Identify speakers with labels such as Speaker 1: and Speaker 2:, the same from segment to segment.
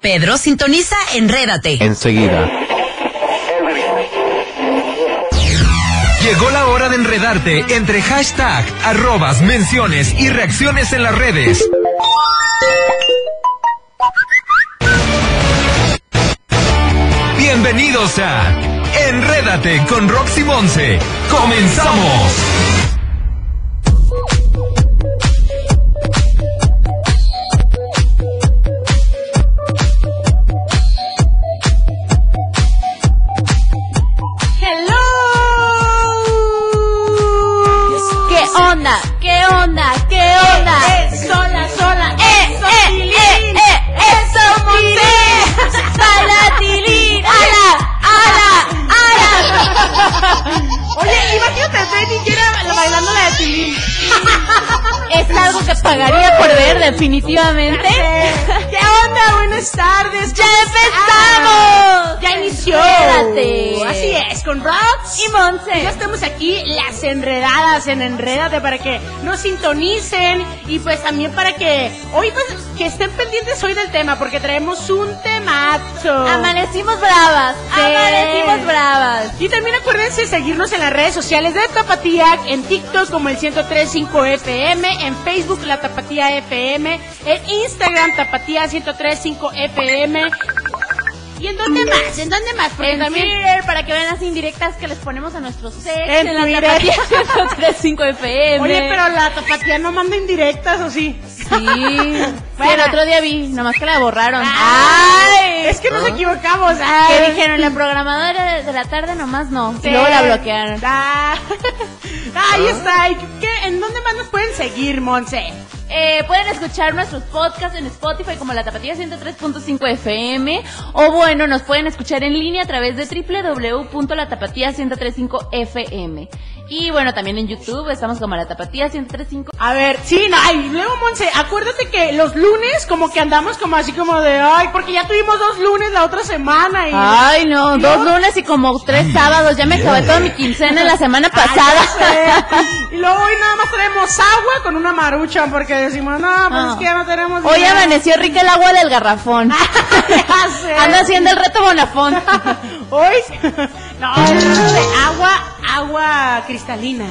Speaker 1: Pedro, sintoniza Enrédate.
Speaker 2: Enseguida.
Speaker 3: Llegó la hora de enredarte entre hashtag, arrobas, menciones y reacciones en las redes. Bienvenidos a Enrédate con Roxy Monse. ¡Comenzamos!
Speaker 4: Hello. ¿Qué onda? ¿Qué onda? ¿Qué
Speaker 5: Eh,
Speaker 4: onda? sola, sola. Eh, eh, eh, eh, eso monté. Palatilín. Ala, ala, ala.
Speaker 5: Oye, imagínate a Freddy que era la- bailando la de Tilín.
Speaker 4: Es algo que pagaría por ver definitivamente.
Speaker 5: ¿Qué onda? Buenas tardes.
Speaker 4: ¡Ya
Speaker 5: ¿Cómo
Speaker 4: empezamos!
Speaker 5: están? Ah, Ya inició.
Speaker 4: Espérate.
Speaker 5: Así es, con Rox
Speaker 4: Y Monse.
Speaker 5: Ya estamos aquí, las enredadas en Enrédate, para que nos sintonicen y pues también para que hoy, pues, que estén pendientes hoy del tema, porque traemos un temazo.
Speaker 4: Amanecimos bravas.
Speaker 5: Sí.
Speaker 4: Amanecimos bravas.
Speaker 5: Y también acuérdense de seguirnos en las redes sociales de Tapatía, en TikTok como el 1035 FM, en Facebook la Tapatía FM, en Instagram Tapatía 1035 FM. ¿Y en dónde más? ¿En dónde más? Porque
Speaker 4: En
Speaker 5: también
Speaker 4: Twitter, para que vean las indirectas que les ponemos a nuestros sex
Speaker 5: En
Speaker 4: en, la
Speaker 5: Twitter.
Speaker 4: tapatía 135 FM.
Speaker 5: Oye, pero la Tapatía no manda indirectas o sí.
Speaker 4: Sí.
Speaker 5: Bueno.
Speaker 4: Bueno, el otro día vi, nomás que la borraron.
Speaker 5: Es que nos equivocamos. Ay.
Speaker 4: Que dijeron, la programadora de- de la tarde nomás no.
Speaker 5: Sí.
Speaker 4: Y luego la bloquearon.
Speaker 5: Ah. Ahí está. ¿Y qué- ¿En dónde más nos pueden seguir, Monse?
Speaker 4: Eh, pueden escuchar nuestros podcasts en Spotify como la tapatía 103.5 FM o bueno, nos pueden escuchar en línea a través de www.latapatía1035fm. Y bueno, también en YouTube estamos como la tapatía 1035.
Speaker 5: A ver, sí, no, ay, luego Monse, acuérdate que los lunes como que andamos como así como de, ay, porque ya tuvimos dos lunes la otra semana y...
Speaker 4: Ay, no,
Speaker 5: ¿No?
Speaker 4: dos lunes y como tres sábados. Ya me acabé toda mi quincena la semana
Speaker 5: Ay,
Speaker 4: pasada.
Speaker 5: ya sé. y luego hoy nada más traemos agua con una marucha porque decimos, no, pues
Speaker 4: No.
Speaker 5: es que ya no tenemos...
Speaker 4: Ah. Hoy
Speaker 5: dinero".
Speaker 4: amaneció rica el agua del garrafón.
Speaker 5: Ya sé.
Speaker 4: Anda haciendo el reto Bonafón.
Speaker 5: Hoy... no, de agua, agua cristalina.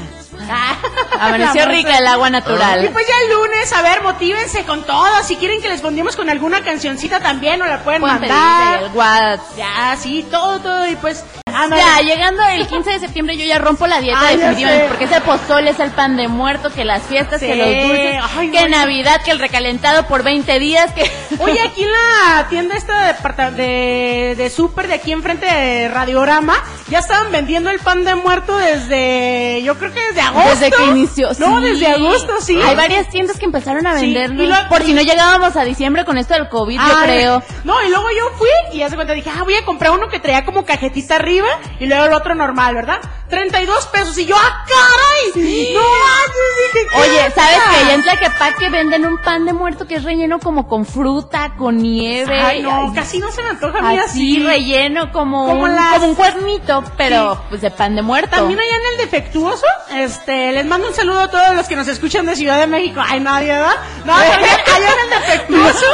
Speaker 4: Amaneció
Speaker 5: La
Speaker 4: rica el agua
Speaker 5: Y
Speaker 4: natural.
Speaker 5: pues ya el lunes, a ver, motívense con todo. Si quieren que les pondremos con alguna cancioncita también, o la pueden
Speaker 4: Pueden
Speaker 5: mandar.
Speaker 4: pedirle el WhatsApp.
Speaker 5: Ya, sí, todo, todo, y pues... ándale.
Speaker 4: Ya, llegando el 15 de septiembre yo ya rompo la dieta
Speaker 5: Ay, ya
Speaker 4: definitivamente
Speaker 5: sé.
Speaker 4: porque es el pozole, es el pan de muerto, que las fiestas,
Speaker 5: Sí.
Speaker 4: que los dulces,
Speaker 5: Ay,
Speaker 4: que
Speaker 5: no.
Speaker 4: Navidad, que el recalentado por 20 días, que...
Speaker 5: Oye, aquí en la tienda esta de, parta- de, de súper de aquí enfrente de Radiorama, ya estaban vendiendo el pan de muerto desde, yo creo que desde agosto.
Speaker 4: Desde que inició.
Speaker 5: No,
Speaker 4: sí.
Speaker 5: desde agosto, sí.
Speaker 4: Hay varias tiendas que empezaron a
Speaker 5: Sí,
Speaker 4: venderlo.
Speaker 5: y lo-
Speaker 4: Por si no llegábamos a diciembre con esto del COVID, yo
Speaker 5: Ay,
Speaker 4: creo.
Speaker 5: No, y luego yo fui y hace cuenta dije, ah, voy a comprar uno que traía como cajetita arriba y luego el otro normal, ¿verdad? 32 pesos y yo, ah, caray. No manches, dije, ¿qué
Speaker 4: Oye, ¿sabes
Speaker 5: onda?
Speaker 4: que allá en Tlaquepaque venden un pan de muerto que es relleno como con fruta, con nieve?
Speaker 5: Ay, no,
Speaker 4: Ay,
Speaker 5: casi no se me antoja a mí
Speaker 4: Así,
Speaker 5: así.
Speaker 4: relleno como,
Speaker 5: Como
Speaker 4: un,
Speaker 5: las-
Speaker 4: como un cuernito, pero
Speaker 5: Sí.
Speaker 4: pues de pan de muerto.
Speaker 5: También allá en el defectuoso, este, les mando un saludo a todos los que nos escuchan de Ciudad de México. Ay, nadie, ¿verdad? No, también allá en el defectuoso,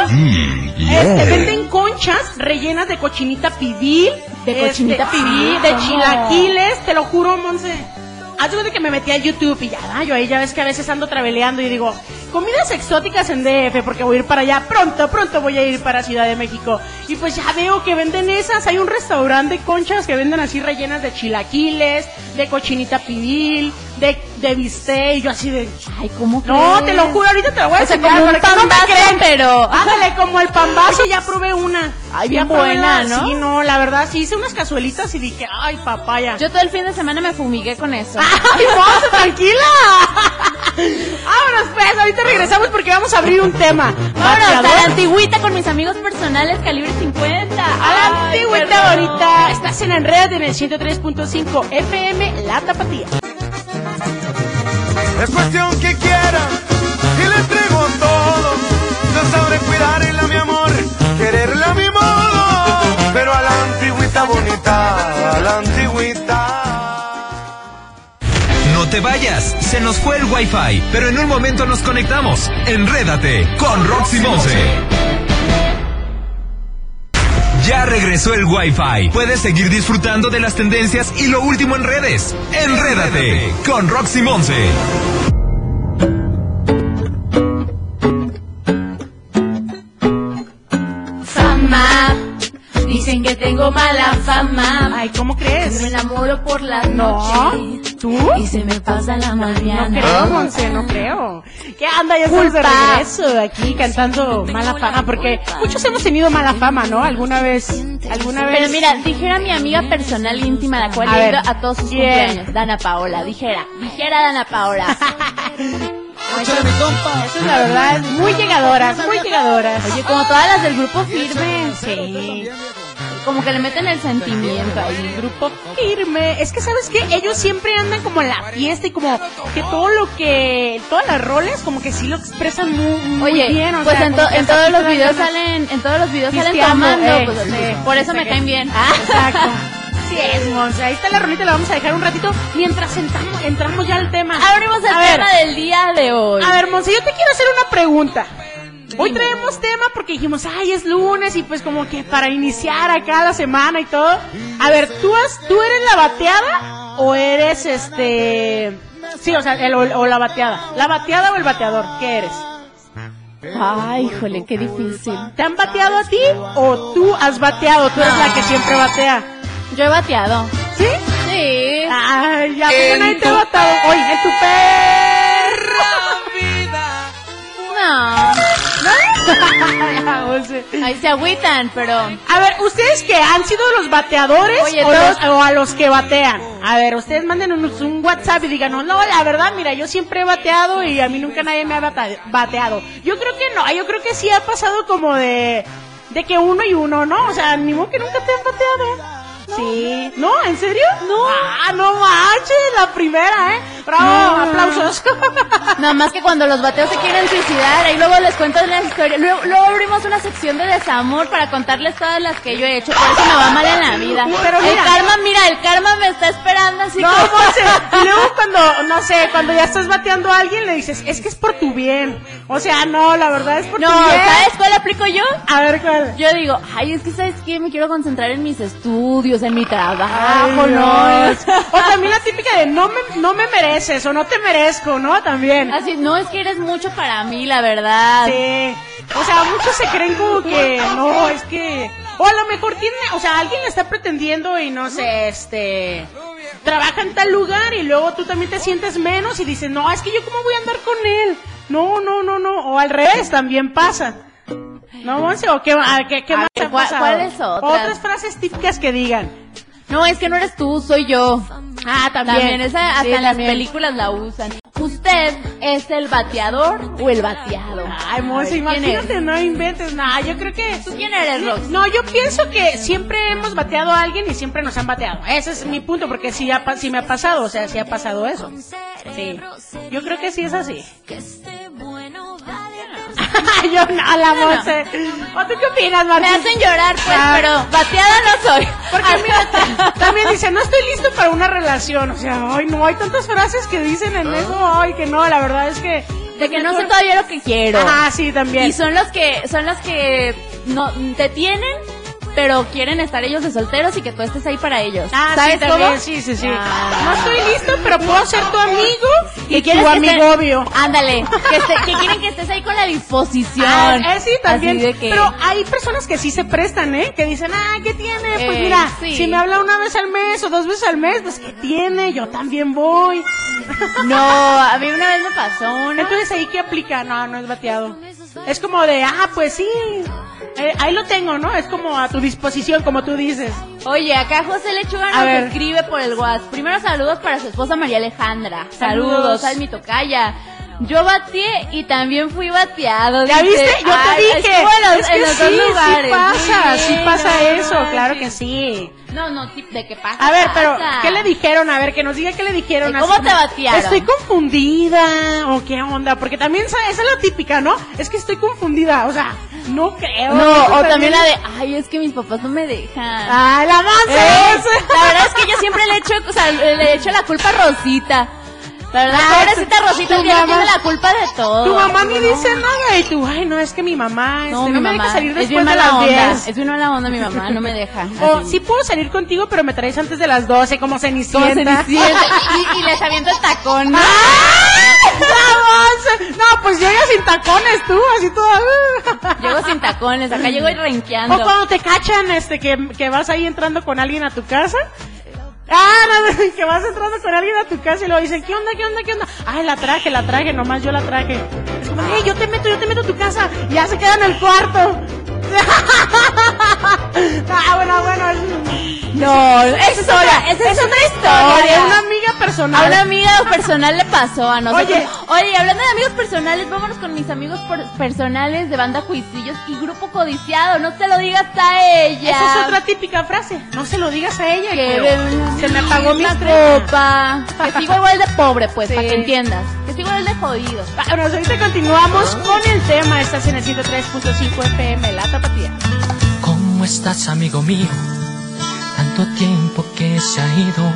Speaker 5: este, venden conchas rellenas de cochinita pibil.
Speaker 4: De
Speaker 5: este,
Speaker 4: cochinita
Speaker 5: sí,
Speaker 4: pibil,
Speaker 5: de
Speaker 4: ¿cómo?
Speaker 5: chilaquiles, te lo juro, Monse. Haz de cuenta que me metí a YouTube y ya, ¿verdad? yo ahí ya ves que a veces ando traveleando y digo, comidas exóticas en DF, porque voy a ir para allá pronto, pronto voy a ir para Ciudad de México. Y pues ya veo que venden esas, hay un restaurante de conchas que venden así rellenas de chilaquiles, de cochinita pibil, de, de bistec, y yo así de...
Speaker 4: Ay, ¿cómo
Speaker 5: No,
Speaker 4: crees?
Speaker 5: te lo juro, ahorita te lo voy a
Speaker 4: O sea,
Speaker 5: enseñar
Speaker 4: como un
Speaker 5: para que no me
Speaker 4: pambazo,
Speaker 5: crean.
Speaker 4: pero-
Speaker 5: Ándale, como el pambazo, ya probé una.
Speaker 4: Ay,
Speaker 5: Ya
Speaker 4: bien
Speaker 5: probé
Speaker 4: buena,
Speaker 5: una,
Speaker 4: ¿no?
Speaker 5: Sí, no, la verdad, sí hice unas cazuelitas y dije, ay, papaya.
Speaker 4: Yo todo el fin de semana me fumigué con eso.
Speaker 5: ¡Ay, vamos, tranquila! Vámonos, pues, ahorita regresamos porque vamos a abrir un tema.
Speaker 4: Vámonos, a la
Speaker 5: Bateador.
Speaker 4: antigüita con mis amigos personales, calibre 50.
Speaker 5: A la
Speaker 4: Ay,
Speaker 5: antigüita
Speaker 4: perdón.
Speaker 5: ahorita. Estás en Enredas en el 103.5 FM, La Tapatía.
Speaker 6: Es cuestión que quiera y le entrego todo. Yo sabré cuidarla, mi amor, quererla a mi modo. Pero a la antigüita bonita, a la antigüita.
Speaker 3: No te vayas, se nos fue el wifi, pero en un momento nos conectamos. Enrédate con Roxy Monse. Ya regresó el Wi-Fi. Puedes seguir disfrutando de las tendencias y lo último en redes. Enrédate con Roxy Monse.
Speaker 4: Fama. Dicen que tengo mala fama.
Speaker 5: Ay, ¿cómo
Speaker 4: Me
Speaker 5: crees?
Speaker 4: enamoro por la
Speaker 5: No.
Speaker 4: noche.
Speaker 5: ¿Tú?
Speaker 4: Y se me pasa la
Speaker 5: No
Speaker 4: mañana.
Speaker 5: creo, Monse, no creo. ¿Qué anda? Ya estamos de regreso aquí cantando mala fama, Ah, porque muchos hemos tenido mala fama, ¿no? Alguna vez, alguna vez.
Speaker 4: Pero mira, dijera mi amiga personal íntima, la cual
Speaker 5: Ah. A
Speaker 4: he
Speaker 5: ver,
Speaker 4: ido a todos sus
Speaker 5: ¿quién?
Speaker 4: cumpleaños, Dana Paola, dijera, dijera Dana Paola.
Speaker 5: Eso es la verdad, muy llegadoras, muy llegadoras.
Speaker 4: Oye, como todas las del grupo firme, sí. Como que le meten el sentimiento ahí, grupo.
Speaker 5: firme. Es que sabes que ellos siempre andan como en la fiesta y como que todo lo que, todas las roles como que sí lo expresan muy, muy
Speaker 4: Oye,
Speaker 5: bien. o
Speaker 4: pues
Speaker 5: sea,
Speaker 4: en,
Speaker 5: como
Speaker 4: to-
Speaker 5: que
Speaker 4: en
Speaker 5: hasta
Speaker 4: todos
Speaker 5: tú
Speaker 4: los
Speaker 5: te dan
Speaker 4: videos
Speaker 5: ganas-
Speaker 4: salen, en todos los videos salen
Speaker 5: Pisteando,
Speaker 4: tomando,
Speaker 5: eh,
Speaker 4: pues,
Speaker 5: sí,
Speaker 4: eh,
Speaker 5: sí,
Speaker 4: por
Speaker 5: sí,
Speaker 4: eso
Speaker 5: sí,
Speaker 4: me
Speaker 5: sí.
Speaker 4: caen bien.
Speaker 5: Exacto.
Speaker 4: Ah.
Speaker 5: Sí, es Monse. Ahí está la rolita, la vamos a dejar un ratito mientras entramos, entramos ya al tema.
Speaker 4: Abrimos el
Speaker 5: A ver,
Speaker 4: tema del día de hoy.
Speaker 5: A ver, Monse, yo te quiero hacer una pregunta. Hoy traemos tema porque dijimos, ay, es lunes y pues como que para iniciar acá la semana y todo. A ver, ¿tú, has, tú eres la bateada o eres este... Sí, o sea, el- o, o la bateada. ¿La bateada o el bateador? ¿Qué eres?
Speaker 4: Ay, híjole, qué difícil.
Speaker 5: ¿Te han bateado a ti o tú has bateado? Tú eres la que siempre batea.
Speaker 4: Yo he bateado.
Speaker 5: ¿Sí?
Speaker 4: Sí.
Speaker 5: Ay, ya, porque nadie te ha bateado. Oye, en tu perra.
Speaker 4: No.
Speaker 5: Ya, Monse.
Speaker 4: Ahí se agüitan, pero.
Speaker 5: A ver, ¿ustedes que han sido los bateadores
Speaker 4: Oye,
Speaker 5: o,
Speaker 4: todos-
Speaker 5: los- o a los que batean? A ver, ustedes mándenos un WhatsApp y digan, no, no, la verdad, mira, yo siempre he bateado y a mí nunca nadie me ha bata- bateado. Yo creo que no, yo creo que sí ha pasado como de, de que uno y uno, ¿no? O sea, ni modo que nunca te han bateado. Sí. ¿No? ¿En serio? No. Ah, no manches, la primera, ¿eh? Bravo,
Speaker 4: No.
Speaker 5: aplausos.
Speaker 4: Nada más que cuando los bateos se quieren suicidar, ahí luego les cuento las historias. Luego, luego abrimos una sección de desamor para contarles todas las que yo he hecho. Por eso me va mal en la vida.
Speaker 5: Pero mira.
Speaker 4: el karma, mira, el karma me está esperando así
Speaker 5: No, pues,
Speaker 4: como.
Speaker 5: Monse, y luego cuando, no sé, cuando ya estás bateando a alguien le dices, es que es por tu bien. O sea, no, la verdad es por
Speaker 4: No,
Speaker 5: tu bien.
Speaker 4: ¿sabes cuál aplico yo?
Speaker 5: A ver cuál.
Speaker 4: Yo digo, ay, es que sabes qué, me quiero concentrar en mis estudios, en mi trabajo,
Speaker 5: Ay, Dios.
Speaker 4: no.
Speaker 5: O también la típica de no me, no me mereces o no te merezco, ¿no? También.
Speaker 4: Así, no, es que eres mucho para mí, la verdad.
Speaker 5: Sí. O sea, muchos se creen como que no, es que. O a lo mejor tiene, o sea, alguien le está pretendiendo y no sé, este. Trabaja en tal lugar y luego tú también te sientes menos y dices, no, es que yo cómo voy a andar con él. No, no, no, no. O al revés, también pasa. ¿No, Monse? ¿O qué, a- qué, qué
Speaker 4: A
Speaker 5: más
Speaker 4: ver,
Speaker 5: ha
Speaker 4: ¿cuál-
Speaker 5: pasado?
Speaker 4: cuáles otras?
Speaker 5: frases típicas que digan.
Speaker 4: No, es que no eres tú, soy yo. Ah,
Speaker 5: también.
Speaker 4: esa hasta
Speaker 5: Sí,
Speaker 4: en las
Speaker 5: también.
Speaker 4: películas la usan. ¿Usted es el bateador o el bateado?
Speaker 5: Ay, Monse,
Speaker 4: A ver, ¿quién
Speaker 5: imagínate,
Speaker 4: eres?
Speaker 5: no inventes nada. Yo creo que.
Speaker 4: ¿Tú quién eres, Rox?
Speaker 5: No, yo pienso que siempre hemos bateado a alguien y siempre nos han bateado. Ese es mi punto, porque sí, ha pa- sí me ha pasado, o sea, sí ha pasado eso. Sí. Yo creo que sí es así. yo no, la Monse. ¿O tú qué opinas,
Speaker 4: Me
Speaker 5: Martín?
Speaker 4: hacen llorar, pues,
Speaker 5: Ah.
Speaker 4: pero bateada no soy.
Speaker 5: Porque mira, también dice, no estoy listo para una relación. O sea, ay, no, hay tantas frases que dicen en eso. Ay, que no, la verdad es que...
Speaker 4: De que no sé todavía lo que quiero.
Speaker 5: Ah, sí, también.
Speaker 4: Y son los que, son los que no, te tienen, pero quieren estar ellos de solteros y que tú estés ahí para ellos.
Speaker 5: Ah,
Speaker 4: ¿Sabes
Speaker 5: sí, también,
Speaker 4: cómo?
Speaker 5: sí, sí, sí.
Speaker 4: Ah.
Speaker 5: No estoy listo, pero puedo ser tu amigo y,
Speaker 4: quieres
Speaker 5: tu
Speaker 4: que
Speaker 5: amigo
Speaker 4: esté-
Speaker 5: obvio.
Speaker 4: Ándale, que, esté- que quieren que estés ahí con la disposición.
Speaker 5: Ah, eh, sí, también.
Speaker 4: Así de que-
Speaker 5: Pero hay personas que sí se prestan, ¿eh? Que dicen, ah, ¿qué tiene? Pues
Speaker 4: Eh,
Speaker 5: mira,
Speaker 4: sí.
Speaker 5: si me habla una vez al mes o dos veces al mes, pues ¿qué tiene? Yo también voy.
Speaker 4: No, a mí una vez me pasó una.
Speaker 5: Entonces ahí qué aplica, no, no es bateado. Es como de, ah, pues sí. Eh, ahí lo tengo, ¿no? Es como a tu disposición, como tú dices.
Speaker 4: Oye, acá José Lechuga
Speaker 5: A
Speaker 4: nos
Speaker 5: ver.
Speaker 4: escribe por el WhatsApp. Primero saludos para su esposa María Alejandra.
Speaker 5: Saludos.
Speaker 4: Saludos, al mi tocaya. Yo bateé y también fui bateado.
Speaker 5: ¿Ya
Speaker 4: dice.
Speaker 5: viste? Yo te
Speaker 4: Ay,
Speaker 5: dije.
Speaker 4: estuvo en los-
Speaker 5: es que
Speaker 4: en los dos
Speaker 5: sí, sí
Speaker 4: lugares.
Speaker 5: pasa,
Speaker 4: Muy
Speaker 5: sí
Speaker 4: bien,
Speaker 5: pasa
Speaker 4: no
Speaker 5: eso, claro que
Speaker 4: manches.
Speaker 5: sí.
Speaker 4: No, no, tip de qué pasa.
Speaker 5: A ver, pero,
Speaker 4: pasa.
Speaker 5: ¿qué le dijeron? A ver, que nos diga qué le dijeron.
Speaker 4: ¿Y cómo
Speaker 5: Así
Speaker 4: te
Speaker 5: como,
Speaker 4: batearon?
Speaker 5: Estoy confundida, o qué onda, porque también esa, esa es la típica, ¿no? Es que estoy confundida, o sea, no creo.
Speaker 4: No,
Speaker 5: Eso
Speaker 4: o también la de, ay, es que mis papás no me dejan.
Speaker 5: ¡Ay, la
Speaker 4: Eh,
Speaker 5: Monse!
Speaker 4: La verdad es que yo siempre le echo, o sea, le echo la culpa a Rosita. La verdad, pobrecita Rosita
Speaker 5: Ah, tu
Speaker 4: tiene,
Speaker 5: mamá-
Speaker 4: tiene la culpa de todo.
Speaker 5: Tu mamá ni dice nada y tú, ay, no, es que mi mamá, este, no,
Speaker 4: No, mi
Speaker 5: me
Speaker 4: mamá
Speaker 5: deja salir
Speaker 4: es bien
Speaker 5: después de
Speaker 4: mala
Speaker 5: las
Speaker 4: onda.
Speaker 5: 10.
Speaker 4: Es bien mala onda mi mamá, no me deja.
Speaker 5: O
Speaker 4: Así.
Speaker 5: sí puedo salir contigo, pero me traes antes de las 12, como
Speaker 4: Como
Speaker 5: cenicienta.
Speaker 4: Cenicienta. Y, y les aviento el tacón. ¿no?
Speaker 5: Ah. ¡Vamos! No, pues llegas sin tacones tú, así toda. uh.
Speaker 4: Llego sin tacones, acá llego y
Speaker 5: O
Speaker 4: renqueando.
Speaker 5: cuando te cachan, este, que, que vas ahí entrando con alguien a tu casa. Ah, no, que vas entrando con alguien a tu casa y luego dicen, ¿qué onda, qué onda, qué onda? Ay, la traje, la traje, nomás yo la traje. Es como, "Ey, yo te meto, yo te meto a tu casa. Y ya se queda en el cuarto. ah, bueno, bueno. es-
Speaker 4: No, esa es otra, esa es otra
Speaker 5: Oye,
Speaker 4: historia.
Speaker 5: una amiga personal.
Speaker 4: A una amiga personal le pasó a nosotros.
Speaker 5: Oye.
Speaker 4: Oye, Oye y hablando de amigos personales, vámonos con mis amigos por- personales de banda Juicillos y Grupo Codiciado. No se lo digas a ella.
Speaker 5: Esa es otra típica frase. No se lo digas a ella.
Speaker 4: Que
Speaker 5: pero
Speaker 4: bebé-
Speaker 5: se me apagó mi
Speaker 4: una
Speaker 5: estrella.
Speaker 4: copa. Que sigo igual de pobre, pues,
Speaker 5: Sí.
Speaker 4: para que entiendas. Que sigo igual de jodido.
Speaker 5: Bueno, ahorita continuamos con el tema. Estás en el 103.5 FM, La Tapatía.
Speaker 2: ¿Cómo estás, amigo mío? Tanto tiempo que se ha ido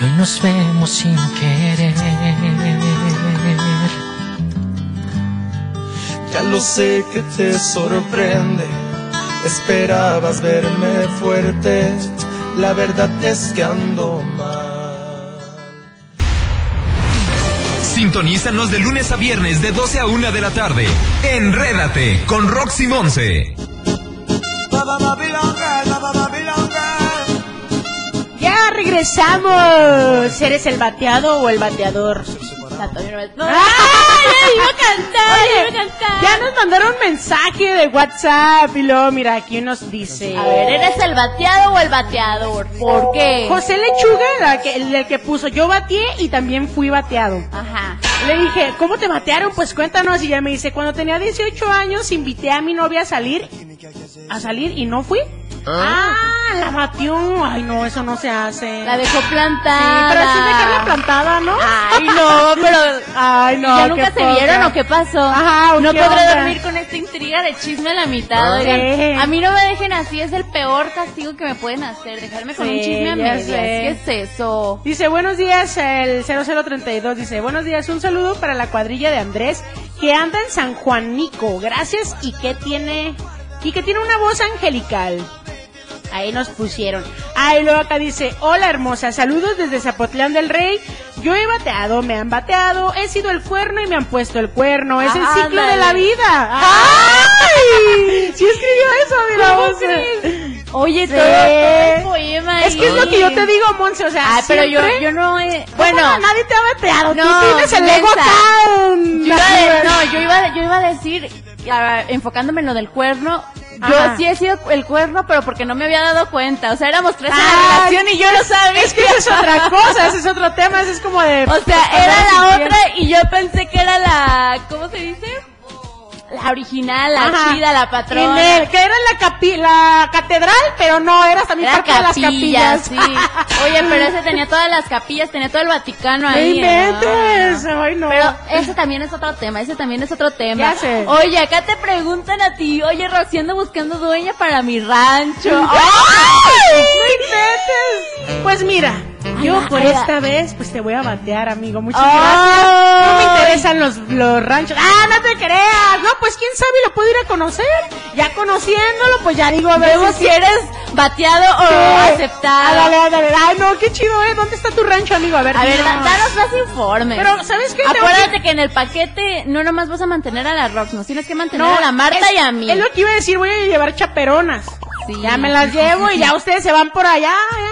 Speaker 2: y hoy nos vemos sin querer.
Speaker 7: Ya lo sé que te sorprende, esperabas verme fuerte, la verdad es que ando mal.
Speaker 3: Sintonízanos de lunes a viernes de 12 a 1 de la tarde. Enrédate con Roxy Monse.
Speaker 5: Ya regresamos. ¿Eres el bateado o el bateador?
Speaker 4: La Toño no me- no.
Speaker 5: ¡Ay! ¡Iba a cantar!
Speaker 4: Oye, iba a cantar.
Speaker 5: Ya nos mandaron un mensaje de WhatsApp y luego, mira, aquí nos dice.
Speaker 4: A ver, ¿eres el bateado o el bateador? ¿Por qué?
Speaker 5: José Lechuga, la que- el, el que puso yo bateé y también fui bateado.
Speaker 4: Ajá.
Speaker 5: Le dije, ¿cómo te batearon? Pues cuéntanos. Y ella me dice, cuando tenía 18 años invité a mi novia a salir, a salir y no fui. Ah, la bateó. Ay, no, eso no se hace.
Speaker 4: La dejó
Speaker 5: Sí,
Speaker 4: plantada.
Speaker 5: pero sí es de carne plantada, ¿no?
Speaker 4: Ay, no, pero.
Speaker 5: Ay, no.
Speaker 4: ¿Ya
Speaker 5: qué
Speaker 4: nunca se
Speaker 5: poca.
Speaker 4: vieron o qué pasó?
Speaker 5: Ajá, ¿o
Speaker 4: No
Speaker 5: qué
Speaker 4: podré
Speaker 5: onda?
Speaker 4: dormir con esta intriga de chisme a la mitad.
Speaker 5: Ah.
Speaker 4: oigan.
Speaker 5: Sí.
Speaker 4: a mí no me dejen así, es el peor castigo que me pueden hacer. Dejarme con
Speaker 5: Sí,
Speaker 4: un chisme a
Speaker 5: ya
Speaker 4: medias.
Speaker 5: sé.
Speaker 4: ¿Qué es eso?
Speaker 5: Dice, buenos días, el 0032 dice, buenos días, un saludo para la cuadrilla de Andrés que anda en San Juanico, gracias y que tiene, y que tiene una voz angelical. Ahí nos pusieron. Ahí luego acá dice, hola hermosa, saludos desde Zapotlán del Rey. Yo he bateado, me han bateado, he sido el cuerno y me han puesto el cuerno. Es el
Speaker 4: Ah,
Speaker 5: ciclo de la
Speaker 4: ándale.
Speaker 5: vida. ¡Ay! Sí escribió eso, mira, vos.
Speaker 4: Oye,
Speaker 5: Sí.
Speaker 4: todo, todo el poema.
Speaker 5: Es que es lo que yo te digo, Monse, o sea,
Speaker 4: Ah, pero yo,
Speaker 5: siempre-
Speaker 4: yo no he.
Speaker 5: bueno,
Speaker 4: Bueno,
Speaker 5: nadie te ha bateado.
Speaker 4: No,
Speaker 5: Tú tienes el ego
Speaker 4: mensa.
Speaker 5: tan.
Speaker 4: Yo iba a de- no, yo iba, yo iba a decir, ah, enfocándome en lo del cuerno, yo
Speaker 5: Ajá.
Speaker 4: sí he sido el cuerno, pero porque no me había dado cuenta. O sea, éramos tres en la
Speaker 5: Ah,
Speaker 4: relación y yo lo sabía.
Speaker 5: Es que esa es otra cosa, ese es otro tema, ese es como de.
Speaker 4: O
Speaker 5: pues,
Speaker 4: sea,
Speaker 5: andar
Speaker 4: era la
Speaker 5: sintiendo.
Speaker 4: otra y yo pensé que era la, ¿cómo se dice? La original, la
Speaker 5: Ajá.
Speaker 4: chida, la
Speaker 5: En
Speaker 4: patrona.
Speaker 5: el- que era la, capi- la catedral, pero no, eras también
Speaker 4: Era
Speaker 5: parte de
Speaker 4: capilla,
Speaker 5: las capillas.
Speaker 4: sí. Oye, pero ese tenía todas las capillas, tenía todo el Vaticano
Speaker 5: ¡No
Speaker 4: ahí. ¿eh?
Speaker 5: inventes! ¡Ay, no!
Speaker 4: Pero ese también es otro tema, ese también es otro tema.
Speaker 5: Ya sé.
Speaker 4: Oye, acá te preguntan a ti, oye, Roxy, ando buscando dueña para mi rancho.
Speaker 5: ¡Ay! ¡No inventes! Pues mira, yo
Speaker 4: Ay,
Speaker 5: por
Speaker 4: ay,
Speaker 5: esta vez, pues te voy a batear, amigo. Muchas
Speaker 4: Ay.
Speaker 5: gracias. No me interesan los, los ranchos. ¡Ah, no te creas! No, pues quién sabe, lo puedo ir a conocer. Ya conociéndolo, pues ya digo, a ver
Speaker 4: Vemos si eres bateado o
Speaker 5: Sí.
Speaker 4: aceptado.
Speaker 5: Ándale, ándale. Ay, no, qué chido, ¿eh? ¿Dónde está tu rancho, amigo? A ver,
Speaker 4: A ver,
Speaker 5: dinos.
Speaker 4: da- danos más informes.
Speaker 5: Pero, ¿sabes qué? Tengo
Speaker 4: Acuérdate que en el paquete no nomás vas a mantener a la Rox, nos tienes que mantener a la Marta
Speaker 5: es-
Speaker 4: y a mí.
Speaker 5: Es lo que iba a decir, voy a llevar chaperonas.
Speaker 4: Sí.
Speaker 5: Ya me las llevo y ya ustedes se van por allá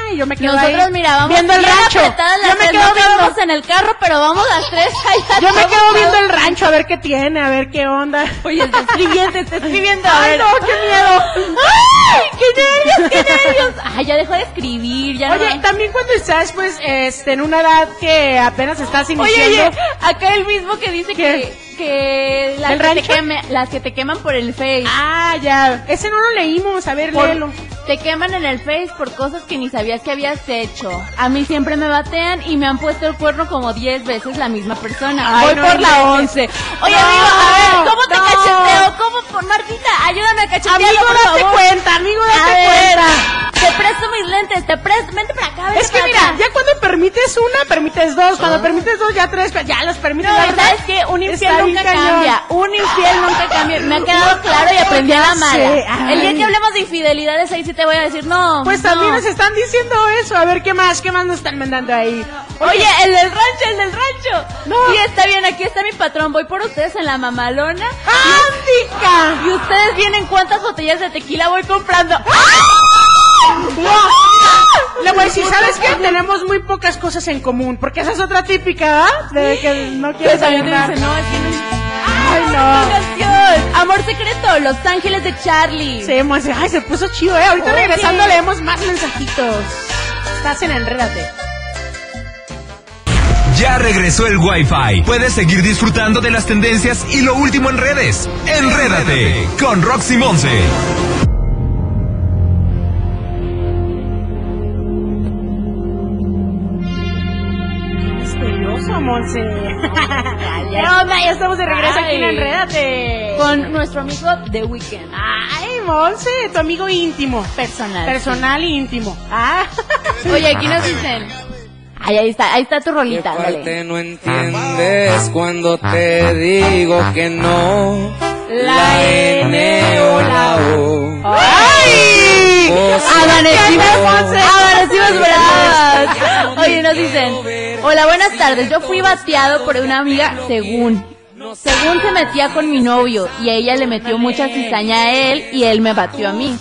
Speaker 5: ya, y yo me quedo
Speaker 4: Nosotros
Speaker 5: ahí
Speaker 4: mirábamos
Speaker 5: viendo el rancho.
Speaker 4: Yo
Speaker 5: Yo me quedo viendo,
Speaker 4: en el carro, pero vamos las tres allá.
Speaker 5: yo me quedo
Speaker 4: todos
Speaker 5: viendo
Speaker 4: lados.
Speaker 5: el rancho a ver qué tiene, a ver qué onda.
Speaker 4: Oye, está escribiendo, te está escribiendo. A
Speaker 5: Ay,
Speaker 4: ver.
Speaker 5: no, qué miedo.
Speaker 4: ¡Ay! ¡Qué nervios, qué nervios! Ay, ya dejó de escribir, ya
Speaker 5: Oye,
Speaker 4: no.
Speaker 5: también cuando estás pues este en una edad que apenas estás iniciando.
Speaker 4: Oye, oye, acá el mismo que dice
Speaker 5: ¿Qué?
Speaker 4: que, que, las,
Speaker 5: ¿El
Speaker 4: que te
Speaker 5: rancho?
Speaker 4: queme- las que te queman por el Face.
Speaker 5: Ah, ya. Ese no lo leímos, a ver,
Speaker 4: Por-
Speaker 5: léelo.
Speaker 4: te queman en el Face por cosas que ni sabías que habías hecho. A mí siempre me batean y me han puesto el cuerno como 10 veces la misma persona.
Speaker 5: Ay,
Speaker 4: Voy
Speaker 5: no
Speaker 4: por la
Speaker 5: inventes.
Speaker 4: 11. Oye,
Speaker 5: No,
Speaker 4: amigo, a ver, ¿cómo te
Speaker 5: no.
Speaker 4: cacheteo? ¿Cómo? por- Martita, ayúdame a cachetearlo,
Speaker 5: Amigo,
Speaker 4: por
Speaker 5: date
Speaker 4: favor.
Speaker 5: cuenta, amigo,
Speaker 4: A
Speaker 5: date
Speaker 4: ver,
Speaker 5: cuenta.
Speaker 4: Te presto mis lentes, te presto, vente para acá, vente
Speaker 5: Es que
Speaker 4: para
Speaker 5: mira,
Speaker 4: acá.
Speaker 5: ya cuando permites permites una, permites dos. Cuando permites dos, ya tres, ya las permites.
Speaker 4: Ah. No,
Speaker 5: la
Speaker 4: y
Speaker 5: verdad,
Speaker 4: ¿sabes qué? Un infiel
Speaker 5: está bien
Speaker 4: nunca
Speaker 5: cañón.
Speaker 4: cambia. Un infiel nunca cambia. Me ha quedado
Speaker 5: No,
Speaker 4: claro y aprendí a la
Speaker 5: ya sé.
Speaker 4: mala. El día
Speaker 5: Ay.
Speaker 4: que hablemos de infidelidades, ahí sí te voy a decir, no.
Speaker 5: Pues
Speaker 4: no.
Speaker 5: también les están diciendo eso. A ver, ¿qué más? ¿Qué más nos están mandando ahí?
Speaker 4: Oye, el del rancho, el del rancho.
Speaker 5: No.
Speaker 4: Sí, está bien, aquí está mi patrón. Voy por ustedes en la mamalona.
Speaker 5: ¡Ándica!
Speaker 4: Y ustedes vienen cuántas botellas de tequila voy comprando.
Speaker 5: ¡Ah! Le voy a decir, ¿sabes qué? Tenemos muy pocas cosas en común, porque esa es otra típica, ¿ah? De que no
Speaker 4: Que
Speaker 5: quieres
Speaker 4: Pues también te
Speaker 5: hablar.
Speaker 4: dice, no, es que no.
Speaker 5: Ay,
Speaker 4: ¡Ay,
Speaker 5: no.
Speaker 4: canción! Amor secreto, Los Ángeles de Charlie.
Speaker 5: Sí, Monse, ay, se puso chido, ¿eh? Ahorita
Speaker 4: Oye.
Speaker 5: regresando leemos más mensajitos. Estás en Enrédate.
Speaker 3: Ya regresó el Wi-Fi. Puedes seguir disfrutando de las tendencias y lo último en redes. Enrédate con Roxy Monse.
Speaker 5: Misterioso, Monse. ¿Qué onda? Ya estamos de regreso aquí en
Speaker 4: Ay.
Speaker 5: Enrédate.
Speaker 4: Con nuestro amigo The Weeknd. Ah,
Speaker 5: Ay, Monse, tu amigo íntimo.
Speaker 4: Personal.
Speaker 5: Personal y íntimo. Ah.
Speaker 4: Oye, aquí nos dicen. Ay, ahí está, ahí está tu
Speaker 8: ¿Qué
Speaker 4: rolita, dale.
Speaker 8: parte no entiendes cuando te digo que no? La N o la O.
Speaker 4: Ah. ¡Ay!
Speaker 8: O sea,
Speaker 4: Amanecimos,
Speaker 8: que no.
Speaker 4: amanecimos bravas. Oye, nos dicen, hola, buenas tardes. Yo fui bateado por una amiga según. Según se metía con mi novio y ella le metió mucha cizaña a él y él me batió a mí.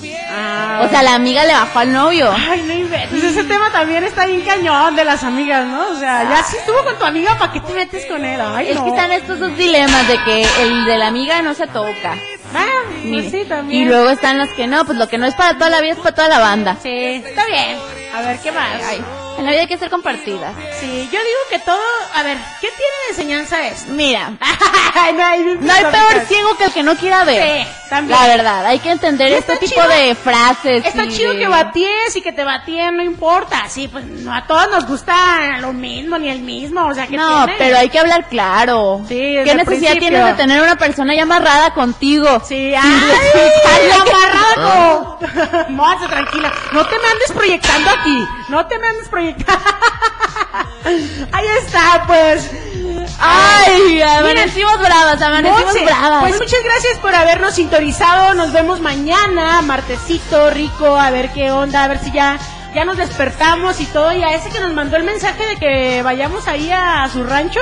Speaker 4: O sea, la amiga le bajó al novio.
Speaker 5: Ah. Ay, no inventes. Pues ese tema también está bien cañón de las amigas, ¿no? O sea, ya si estuvo con tu amiga, ¿para qué te metes con él? Ay,
Speaker 4: Es
Speaker 5: no.
Speaker 4: que están estos dos dilemas de que el de la amiga no se toca.
Speaker 5: Ah, pues sí, también.
Speaker 4: Y luego están las que no, pues lo que no es para toda la vida es para toda la banda.
Speaker 5: Sí.
Speaker 4: Está bien.
Speaker 5: A ver, ¿qué más?
Speaker 4: Ay, en la vida hay que ser compartida.
Speaker 5: Sí, yo digo que todo... A ver, ¿qué tiene de enseñanza esto?
Speaker 4: Mira,
Speaker 5: Ay, no, hay,
Speaker 4: no hay peor ciego que el que no quiera ver.
Speaker 5: Sí, también.
Speaker 4: La verdad, hay que entender
Speaker 5: Y
Speaker 4: este
Speaker 5: está
Speaker 4: tipo
Speaker 5: chido-
Speaker 4: de frases.
Speaker 5: Está
Speaker 4: y
Speaker 5: chido
Speaker 4: de-
Speaker 5: que batíes y que te batíen, no importa. Sí, pues no a todos nos gusta lo mismo ni el mismo, o sea, que
Speaker 4: No, pero hay que hablar claro.
Speaker 5: Sí, desde
Speaker 4: ¿Qué
Speaker 5: el
Speaker 4: necesidad
Speaker 5: principio.
Speaker 4: tienes de tener una persona ya amarrada contigo?
Speaker 5: Sí, ay, amarrado. Monse, tranquila. No te me andes proyectando aquí. No te me andes proyectando. Ahí está, pues.
Speaker 4: Ay, amanecimos bravas, amanecimos
Speaker 5: Monse,
Speaker 4: bravas.
Speaker 5: Pues muchas gracias por habernos sintonizado. Nos vemos mañana, martesito rico, a ver qué onda, a ver si ya ya nos despertamos y todo. Y a ese que nos mandó el mensaje de que vayamos ahí a su rancho,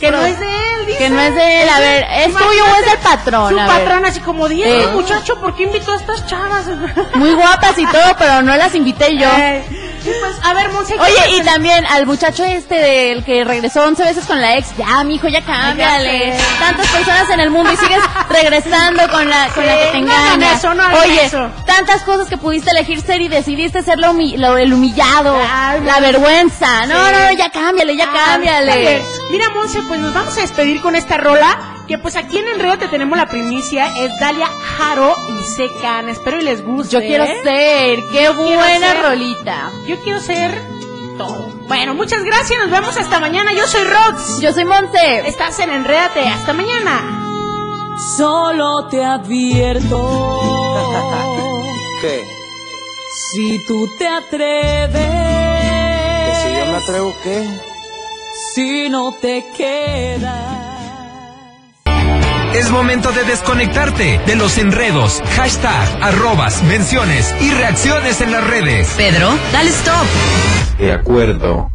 Speaker 5: que no es de él, dice.
Speaker 4: Que no es de él, a ver, ¿es tuyo o es del patrón?
Speaker 5: Su
Speaker 4: A ver.
Speaker 5: patrón, así como dice,
Speaker 4: Eh.
Speaker 5: muchacho, ¿por qué invitó a estas chavas?
Speaker 4: Muy guapas y todo, pero no las invité yo.
Speaker 5: Eh, y pues, a ver, Monse, ¿qué más
Speaker 4: Oye, y también al muchacho este del que regresó 11 veces con la ex, ya, mijo, ya cámbiale.
Speaker 5: Ay, ya sé.
Speaker 4: Tantas personas en el mundo y sigues regresando con la, con la que te
Speaker 5: Sí, no hagan
Speaker 4: engaña.
Speaker 5: eso, no hagan
Speaker 4: Oye,
Speaker 5: eso.
Speaker 4: tantas cosas que pudiste elegir ser y decidiste ser lo, humi- lo- el humillado,
Speaker 5: Ay,
Speaker 4: la vergüenza. No,
Speaker 5: Sí.
Speaker 4: no, no, ya cámbiale, ya
Speaker 5: Ah, está
Speaker 4: cámbiale.
Speaker 5: bien. Mira, Monse, pues nos vamos a despedir con esta rola. Que pues aquí en Enredo te tenemos la primicia. Es Dalia Jaro y Secan. Espero y les guste.
Speaker 4: Yo quiero ser, qué buena
Speaker 5: ser.
Speaker 4: rolita.
Speaker 5: Yo quiero ser todo. Bueno, muchas gracias. Nos vemos hasta mañana. Yo soy Rox.
Speaker 4: Yo soy Monse.
Speaker 5: Estás en Enrédate. Hasta mañana.
Speaker 9: Solo te advierto.
Speaker 8: ¿Qué?
Speaker 9: si tú te
Speaker 8: ¿Que
Speaker 9: atreves.
Speaker 8: si yo me atrevo, ¿qué?
Speaker 9: si no te quedas.
Speaker 3: Es momento de desconectarte de los enredos, hashtag, arrobas, menciones y reacciones en las redes.
Speaker 1: Pedro, dale stop.
Speaker 10: De acuerdo.